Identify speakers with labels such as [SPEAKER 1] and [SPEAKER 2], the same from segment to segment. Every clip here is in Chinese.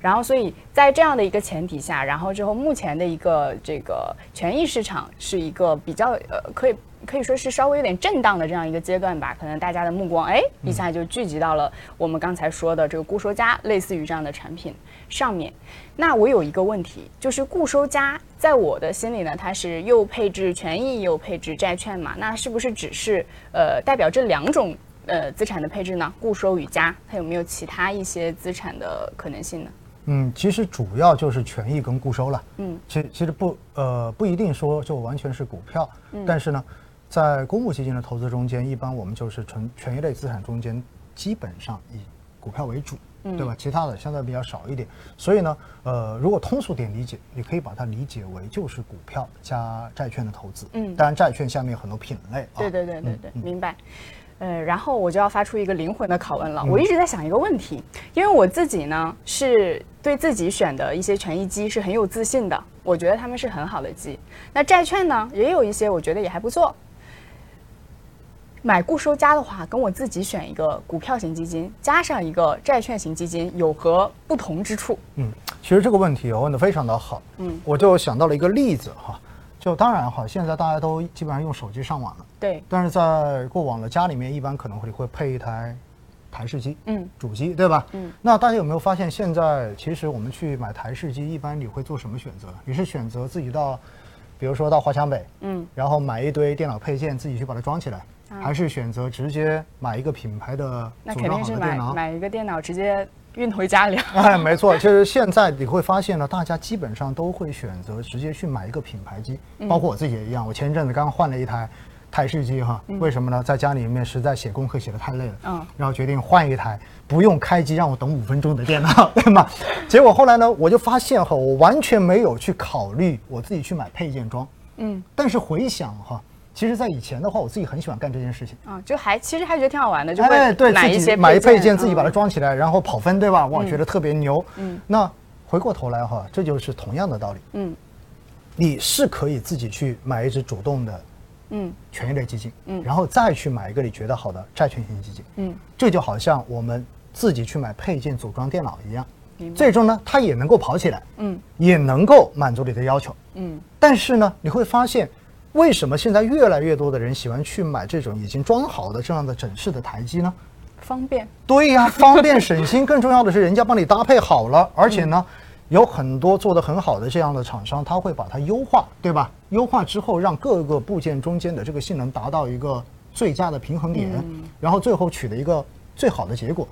[SPEAKER 1] 然后所以在这样的一个前提下，然后之后目前的一个这个权益市场是一个比较呃可以。可以说是稍微有点震荡的这样一个阶段吧，可能大家的目光哎一下就聚集到了我们刚才说的这个固收加类似于这样的产品上面。那我有一个问题，就是固收加在我的心里呢，它是又配置权益又配置债券嘛，那是不是只是呃代表这两种呃资产的配置呢？固收与加，它有没有其他一些资产的可能性呢？
[SPEAKER 2] 嗯，其实主要就是权益跟固收了。嗯，其其实不呃不一定说就完全是股票，但是呢。在公募基金的投资中间，一般我们就是纯权益类资产中间，基本上以股票为主，对吧？其他的相对比较少一点。所以呢，呃，如果通俗点理解，你可以把它理解为就是股票加债券的投资。嗯，当然债券下面有很多品类啊。
[SPEAKER 1] 对对对对对，明白。呃，然后我就要发出一个灵魂的拷问
[SPEAKER 2] 嗯
[SPEAKER 1] 了。我一直在想一个问题，因为我自己呢是对自己选的一些权益基是很有自信的，我觉得他们是很好的基。那债券呢，也有一些我觉得也还不错。买固收加的话，跟我自己选一个股票型基金，加上一个债券型基金，有何不同之处？
[SPEAKER 2] 嗯，其实这个问题我问的非常的好。嗯，我就想到了一个例子哈，就当然哈，现在大家都基本上用手机上网了，
[SPEAKER 1] 对，
[SPEAKER 2] 但是在过往的家里面，一般可能会会配一台台式机，嗯，主机对吧？嗯，那大家有没有发现，现在其实我们去买台式机，一般你会做什么选择？你是选择自己到，比如说到华强北，嗯，然后买一堆电脑配件，自己去把它装起来，还是选择直接买一个品牌的
[SPEAKER 1] 啊那
[SPEAKER 2] 组
[SPEAKER 1] 肯
[SPEAKER 2] 装
[SPEAKER 1] 定是
[SPEAKER 2] 好的
[SPEAKER 1] 买
[SPEAKER 2] 电脑？
[SPEAKER 1] 买一个电脑直接运回家里了。
[SPEAKER 2] 哎，没错，其实现在你会发现呢，大家基本上都会选择直接去买一个品牌机，包括我自己也一样。我前一阵子刚换了一台台式机哈，为什么呢？在家里面实在写功课写的太累了，
[SPEAKER 1] 嗯
[SPEAKER 2] 然后决定换一台不用开机让我等五分钟的电脑， 对吗？结果后来呢，我就发现哈，我完全没有去考虑我自己去买配件装，嗯，但是回想哈。其实，在以前的话，我自己很喜欢干这件事情，
[SPEAKER 1] 啊，就还其实还觉得挺好玩的，就
[SPEAKER 2] 哎，
[SPEAKER 1] 会
[SPEAKER 2] 对，
[SPEAKER 1] 买
[SPEAKER 2] 自
[SPEAKER 1] 一
[SPEAKER 2] 己
[SPEAKER 1] 些
[SPEAKER 2] 买一配件，自
[SPEAKER 1] 嗯
[SPEAKER 2] 己把它装起来，然后跑分，对吧？哇，觉得特别牛。嗯，那回过头来哈，这就是同样的道理。
[SPEAKER 1] 嗯，
[SPEAKER 2] 你是可以自己去买一只主动的，
[SPEAKER 1] 嗯，
[SPEAKER 2] 权益类基金，嗯，然后再去买一个你觉得好的债券型基金，嗯，这就好像我们自己去买配件组装电脑一样，最终呢，它也能够跑起来，嗯，也能够满足你的要求，嗯，但是呢，你会发现。为什么现在越来越多的人喜欢去买这种已经装好的这样的整式的台机呢？
[SPEAKER 1] 方便。
[SPEAKER 2] 对呀、方便省心，更重要的是人家帮你搭配好了，而且呢，有很多做得很好的这样的厂商，他会把它优化，对吧？优化之后，让各个部件中间的这个性能达到一个最佳的平衡点，
[SPEAKER 1] 嗯
[SPEAKER 2] 然后最后取得一个最好的结果。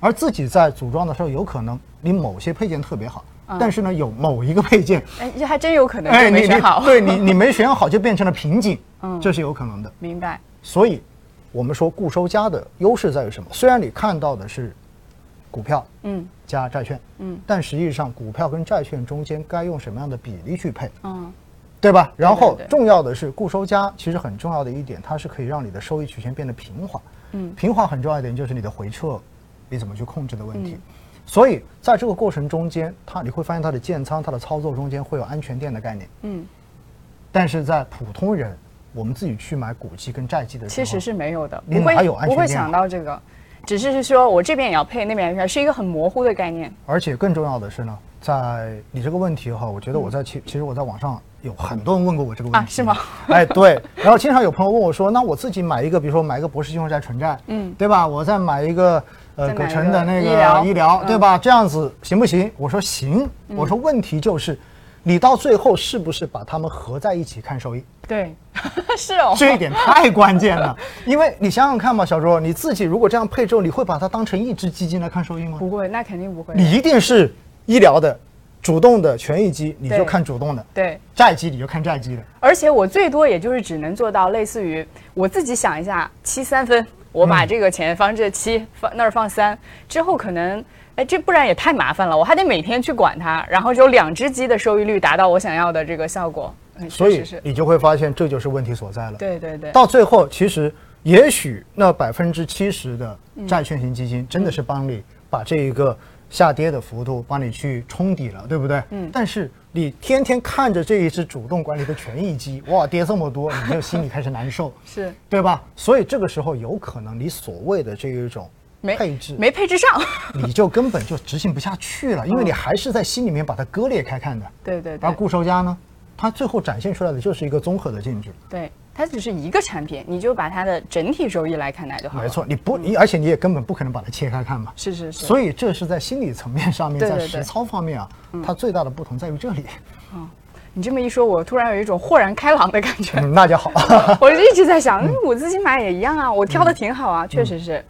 [SPEAKER 2] 而自己在组装的时候，有可能你某些配件特别好，但是呢，有某一个配件，
[SPEAKER 1] 哎，这还真有可能嗯
[SPEAKER 2] 哎，
[SPEAKER 1] 就没
[SPEAKER 2] 你
[SPEAKER 1] 选
[SPEAKER 2] 你
[SPEAKER 1] 好。嗯
[SPEAKER 2] 对你你没选好就变成了 瓶颈，这是有可能的。
[SPEAKER 1] 明白。
[SPEAKER 2] 所以，我们说固收加的优势在于什么？虽然你看到的是股票，
[SPEAKER 1] 嗯，
[SPEAKER 2] 加债券，嗯，但实际上股票跟债券中间该用什么样的比例去配，
[SPEAKER 1] 嗯，
[SPEAKER 2] 对吧？然后
[SPEAKER 1] 对对
[SPEAKER 2] 重要的是固收加，其实很重要的一点，它是可以让你的收益曲线变得平滑。嗯，平滑很重要一点就是你的回撤，你怎么去控制的问题。
[SPEAKER 1] 嗯
[SPEAKER 2] 所以在这个过程中间，它你会发现它的建仓、它的操作中间会有安全垫的概念。嗯，但是在普通人，我们自己去买股基跟债基的时
[SPEAKER 1] 其
[SPEAKER 2] 候，
[SPEAKER 1] 实是没有的，
[SPEAKER 2] 啊你
[SPEAKER 1] 不会
[SPEAKER 2] 哪有安
[SPEAKER 1] 不
[SPEAKER 2] 全
[SPEAKER 1] 会
[SPEAKER 2] 垫
[SPEAKER 1] 想
[SPEAKER 2] 啊
[SPEAKER 1] 到这个，只是是说我这边也要配，那边也要配，是一个很模糊的概念。
[SPEAKER 2] 而且更重要的是呢，在你这个问题哈，我觉得我在其、其实我在网上有很多人问过我这个问
[SPEAKER 1] 嗯
[SPEAKER 2] 题、
[SPEAKER 1] 啊是吗？
[SPEAKER 2] 哎，对。然后经常有朋友问我说，那我自己买一个，比如说买一个博士信用债纯债，嗯，对吧？我再买一个呃
[SPEAKER 1] 再买
[SPEAKER 2] 葛
[SPEAKER 1] 一
[SPEAKER 2] 城
[SPEAKER 1] 个
[SPEAKER 2] 的那
[SPEAKER 1] 医疗嗯
[SPEAKER 2] 医疗，对吧？这样子行不行？我说行。我说问题就是，你到最后是不是把它们合在一起看收益？
[SPEAKER 1] 对， 是哦。
[SPEAKER 2] 这一点太关键 了，因为你想想看嘛，小周，你自己如果这样配置，你会把它当成一只基金来看收益吗？
[SPEAKER 1] 不会，那肯定不会。
[SPEAKER 2] 你一定是医疗的、主动的权益基，你
[SPEAKER 1] 对
[SPEAKER 2] 就看主动的；
[SPEAKER 1] 对，
[SPEAKER 2] 债基你就看债基的。
[SPEAKER 1] 而且我最多也就是只能做到类似于我自己想一下七三分，我把这个钱放这七，放那儿放三，之后可能哎这不然也太麻烦了，我还得每天去管它，然后只有两只鸡的收益率达到我想要的这个效果，哎
[SPEAKER 2] 所
[SPEAKER 1] 确
[SPEAKER 2] 以
[SPEAKER 1] 实是，
[SPEAKER 2] 你就会发现这就是问题所在了。
[SPEAKER 1] 对对对，
[SPEAKER 2] 到最后，其实也许那百分之七十的
[SPEAKER 1] 嗯
[SPEAKER 2] 债券型基金真的是帮你把这一个下跌的幅度帮你去冲抵了，对不对？嗯。但是你天天看着这一只主动管理的权益基，哇，跌这么多，你就心里开始难受。
[SPEAKER 1] 是
[SPEAKER 2] 对吧？所以这个时候有可能你所谓的这一种
[SPEAKER 1] 没
[SPEAKER 2] 配置，
[SPEAKER 1] 没配置上。
[SPEAKER 2] 你就根本就执行不下去了，因为你还是在心里面把它割裂开看的。
[SPEAKER 1] 对嗯对
[SPEAKER 2] 而
[SPEAKER 1] 对
[SPEAKER 2] 固收加呢，它最后展现出来的就是一个综合的进制。
[SPEAKER 1] 对，它只是一个产品，你就把它的整体收益来看待就好了。
[SPEAKER 2] 没，错，你不，你而且你也根本不可能把它切开看嘛。
[SPEAKER 1] 是啊嗯是是。
[SPEAKER 2] 所以这是在心理层面上面，
[SPEAKER 1] 对
[SPEAKER 2] 在
[SPEAKER 1] 对嗯
[SPEAKER 2] 实
[SPEAKER 1] 对
[SPEAKER 2] 操方面啊，它最大的不同在于这 里。
[SPEAKER 1] 你这么一说，我突然有一种豁然开朗的感觉。
[SPEAKER 2] 嗯，那就好。
[SPEAKER 1] 哎我就一直在想，嗯我自己买也一样啊，我挑的挺好啊，确实是。